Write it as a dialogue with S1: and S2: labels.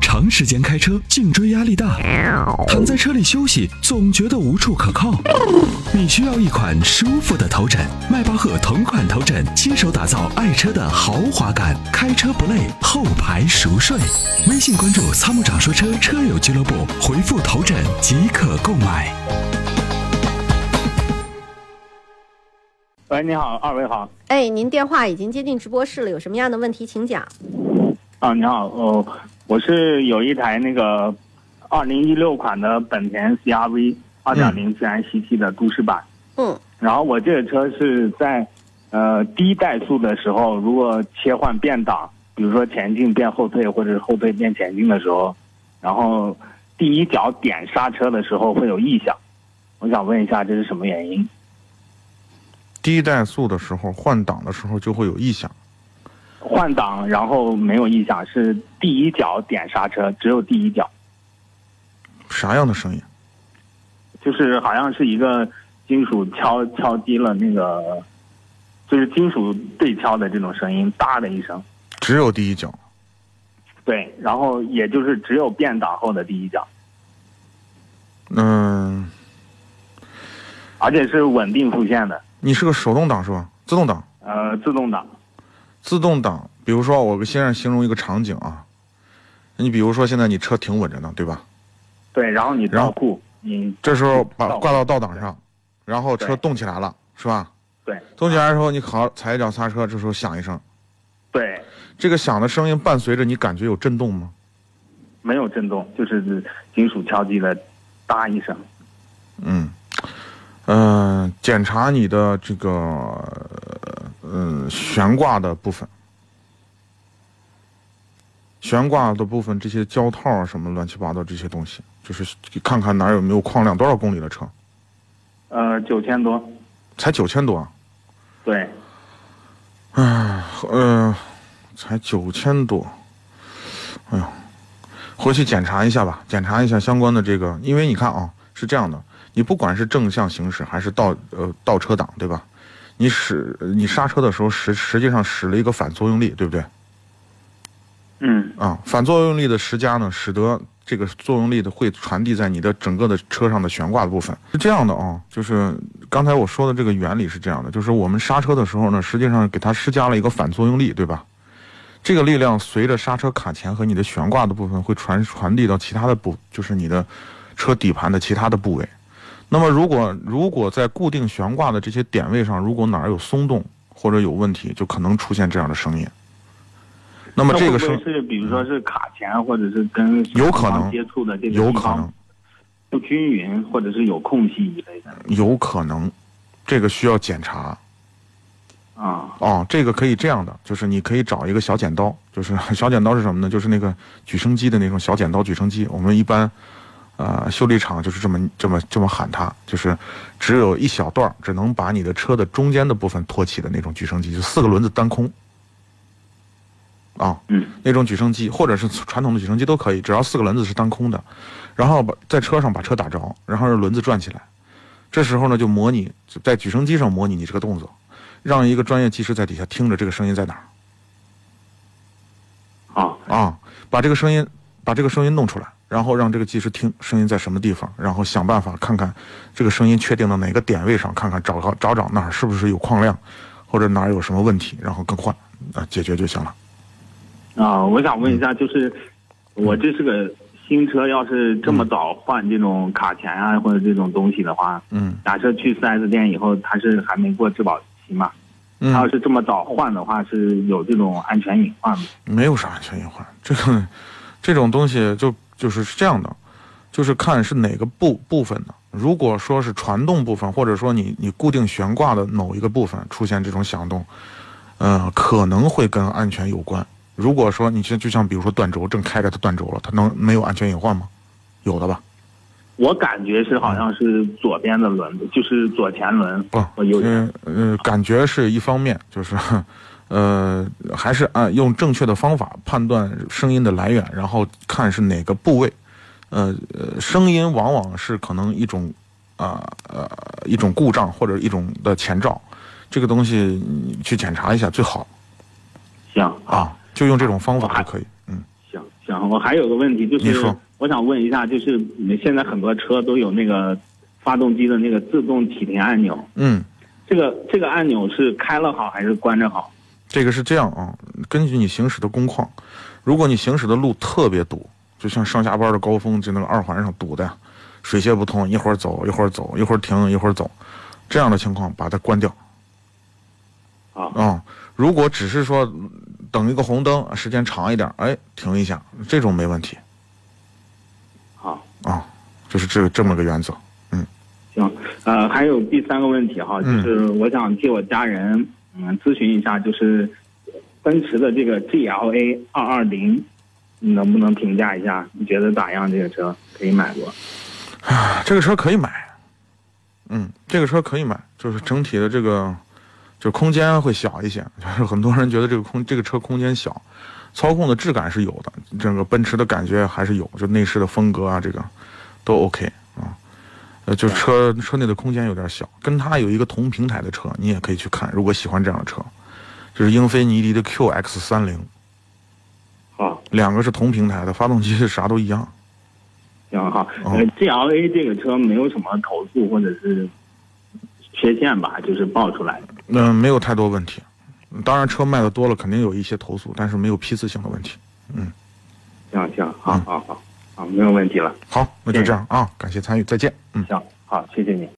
S1: 长时间开车，颈椎压力大，躺在车里休息总觉得无处可靠。你需要一款舒服的头枕，迈巴赫同款头枕，亲手打造爱车的豪华感，开车不累，后排熟睡。微信关注“参谋长说车”车友俱乐部，回复“头枕”即可购买。
S2: 喂，你好，二位好。
S3: 哎，您电话已经接进直播室了，有什么样的问题请讲。
S2: 啊，你好，哦，我是有一台那个二零一六款的本田 CRV 二点零自然吸气的都市版，
S3: 嗯
S2: 然后我这个车是在呃低怠速的时候，如果切换变档，比如说前进变后退，或者是后退变前进的时候，然后第一脚点刹车的时候会有异响，我想问一下这是什么原因？
S4: 低怠速的时候换挡的时候就会有异响。
S2: 换挡然后没有异响，是第一脚点刹车，只有第一脚。
S4: 啥样的声音？
S2: 就是好像是一个金属敲敲击了那个，就是金属对敲的这种声音，哒的一声。
S4: 只有第一脚。
S2: 对，然后也就是只有变档后的第一脚，
S4: 嗯，
S2: 而且是稳定出现的，
S4: 你是个手动挡是吧？自动挡，
S2: 呃，自动挡。
S4: 自动挡。比如说，我先让形容一个场景啊，你比如说现在你车停稳着呢，对吧？
S2: 对，然后你
S4: 然后
S2: 倒库，你
S4: 这时候把
S2: 倒
S4: 挂到倒档上，然后车
S2: 对
S4: 动起来了，是吧？
S2: 对
S4: 动起来的时候，你好好踩一脚刹车，这时候响一声，
S2: 对，
S4: 这个响的声音伴随着你感觉有震动吗？
S2: 没有震动，就是金属敲击的，哒一声。
S4: 嗯，嗯、检查你的这个呃悬挂的部分，悬挂的部分这些胶套啊什么乱七八糟这些东西，就是看看哪儿有没有矿量，多少公里的车，
S2: 呃，九千多，
S4: 才九千多啊，
S2: 对，
S4: 呃，才九千多，哎呦，回去检查一下吧，检查一下相关的这个，因为你看啊，是这样的，你不管是正向行驶还是倒呃倒车档，对吧？你使你刹车的时候实实际上使了一个反作用力，对不对？
S2: 嗯，
S4: 啊，反作用力的施加呢，使得这个作用力的会传递在你的整个的车上的悬挂的部分。是这样的啊，就是刚才我说的这个原理是这样的，就是我们刹车的时候呢，实际上给它施加了一个反作用力，对吧？这个力量随着刹车卡钳和你的悬挂的部分会传传递到其他的部，就是你的车底盘的其他的部位。那么如果如果在固定悬挂的这些点位上，如果哪儿有松动或者有问题，就可能出现这样的声音。那么
S2: 那
S4: 这个
S2: 会
S4: 声
S2: 不会是比如说是卡钳，或者是跟
S4: 有可能
S2: 地方接触的这个
S4: 有
S2: 地
S4: 可
S2: 方
S4: 能。
S2: 不均匀，或者是有空隙一类的
S4: 有可能，这个需要检查
S2: 啊。
S4: 哦。这个可以这样的，就是你可以找一个小剪刀，就是 小剪刀是什么呢？就是那个举升机的那种小剪刀举升机。我们一般，呃，修理厂就是这么这么这么喊它，就是只有一小段儿，只能把你的车的中间的部分托起的那种举升机，就四个轮子单空。啊、
S2: 嗯，
S4: 那种举升机，或者是传统的举升机都可以，只要四个轮子是当空的，然后把在车上把车打着，然后让轮子转起来。这时候呢，就模拟就在举升机上模拟你这个动作，让一个专业技师在底下听着这个声音在哪儿
S2: 啊，
S4: 啊，把这个声音把这个声音弄出来，然后让这个技师听声音在什么地方，然后想办法看看这个声音确定到哪个点位上，看看找找找找哪儿是不是有矿量，或者哪儿有什么问题，然后更换啊解决就行了。
S2: 啊，我想问一下，就是
S4: 嗯
S2: 我这是个新车，要是这么早换这种卡钳啊，或者这种东西的话，
S4: 嗯
S2: 假设去 4S 店以后，它是还没过质保期嘛？它
S4: 嗯
S2: 要。是这么早换的话，是有这种安全隐患吗？
S4: 没有啥安全隐患，这个这种东西就就是这样的，就是看是哪个部部分的。如果说是传动部分，或者说你你固定悬挂的某一个部分出现这种响动，呃，可能会跟安全有关。如果说你就就像比如说断轴，正开着它断轴了，它能没有安全隐患吗？有的吧？
S2: 我感觉是
S4: 嗯
S2: 好像是左边的轮子，就是左前轮，
S4: 不，
S2: 我哦有啊点
S4: 嗯呃，感觉是一方面，就是， 呃，还是按用正确的方法判断声音的来源，然后看是哪个部位。呃呃，声音往往是可能一种啊呃一种故障或者一种的前兆，这个东西你去检查一下最好
S2: 行
S4: 啊，就用这种方法
S2: 还
S4: 就可以。嗯，
S2: 行行，我还有个问题，就
S4: 你
S2: 是
S4: 说
S2: 我想问一下，就是你现在很多车都有那个发动机的那个自动启停按钮，
S4: 嗯，
S2: 这个这个按钮是开了好还是关着好？
S4: 这个是这样啊，根据你行驶的工况，如果你行驶的路特别堵，就像上下班的高峰，就那个二环上堵的，水泄不通，一会儿走一会儿走，一会儿停一会儿走，这样的情况把它关掉。
S2: 啊
S4: 啊、如果只是说嗯等一个红灯，时间长一点，哎，停一下，这种没问题
S2: 好，
S4: 啊、就是这这么个原则。
S2: 行，呃，还有第三个问题哈，就
S4: 嗯
S2: 是我想替我家人嗯咨询一下，就是奔驰的这个 GLA 二二零，你能不能评价一下？你觉得咋样？这个车可以买不？
S4: 啊这个车可以买，嗯，这个车可以买，就是整体的这个，就空间会小一些，就是很多人觉得这个空这个车空间小，操控的质感是有的，整个奔驰的感觉还是有，就内饰的风格啊，这个都 OK 啊，呃，就车车内的空间有点小，跟它有一个同平台的车，你也可以去看，如果喜欢这样的车，就是英菲尼迪的 QX 三零，
S2: 好，
S4: 两个是同平台的，发动机是啥都一样，
S2: 行好。
S4: 哦
S2: 呃，GLA 这个车没有什么投诉或者是缺陷吧，就是爆出来的。
S4: 嗯、没有太多问题。当然，车卖的多了，肯定有一些投诉，但是没有批次性的问题。
S2: 行行，好
S4: 嗯
S2: 好好，好，没有问题了。
S4: 好，那就这样啊，感谢参与，再见。嗯。
S2: 行，好，谢谢你。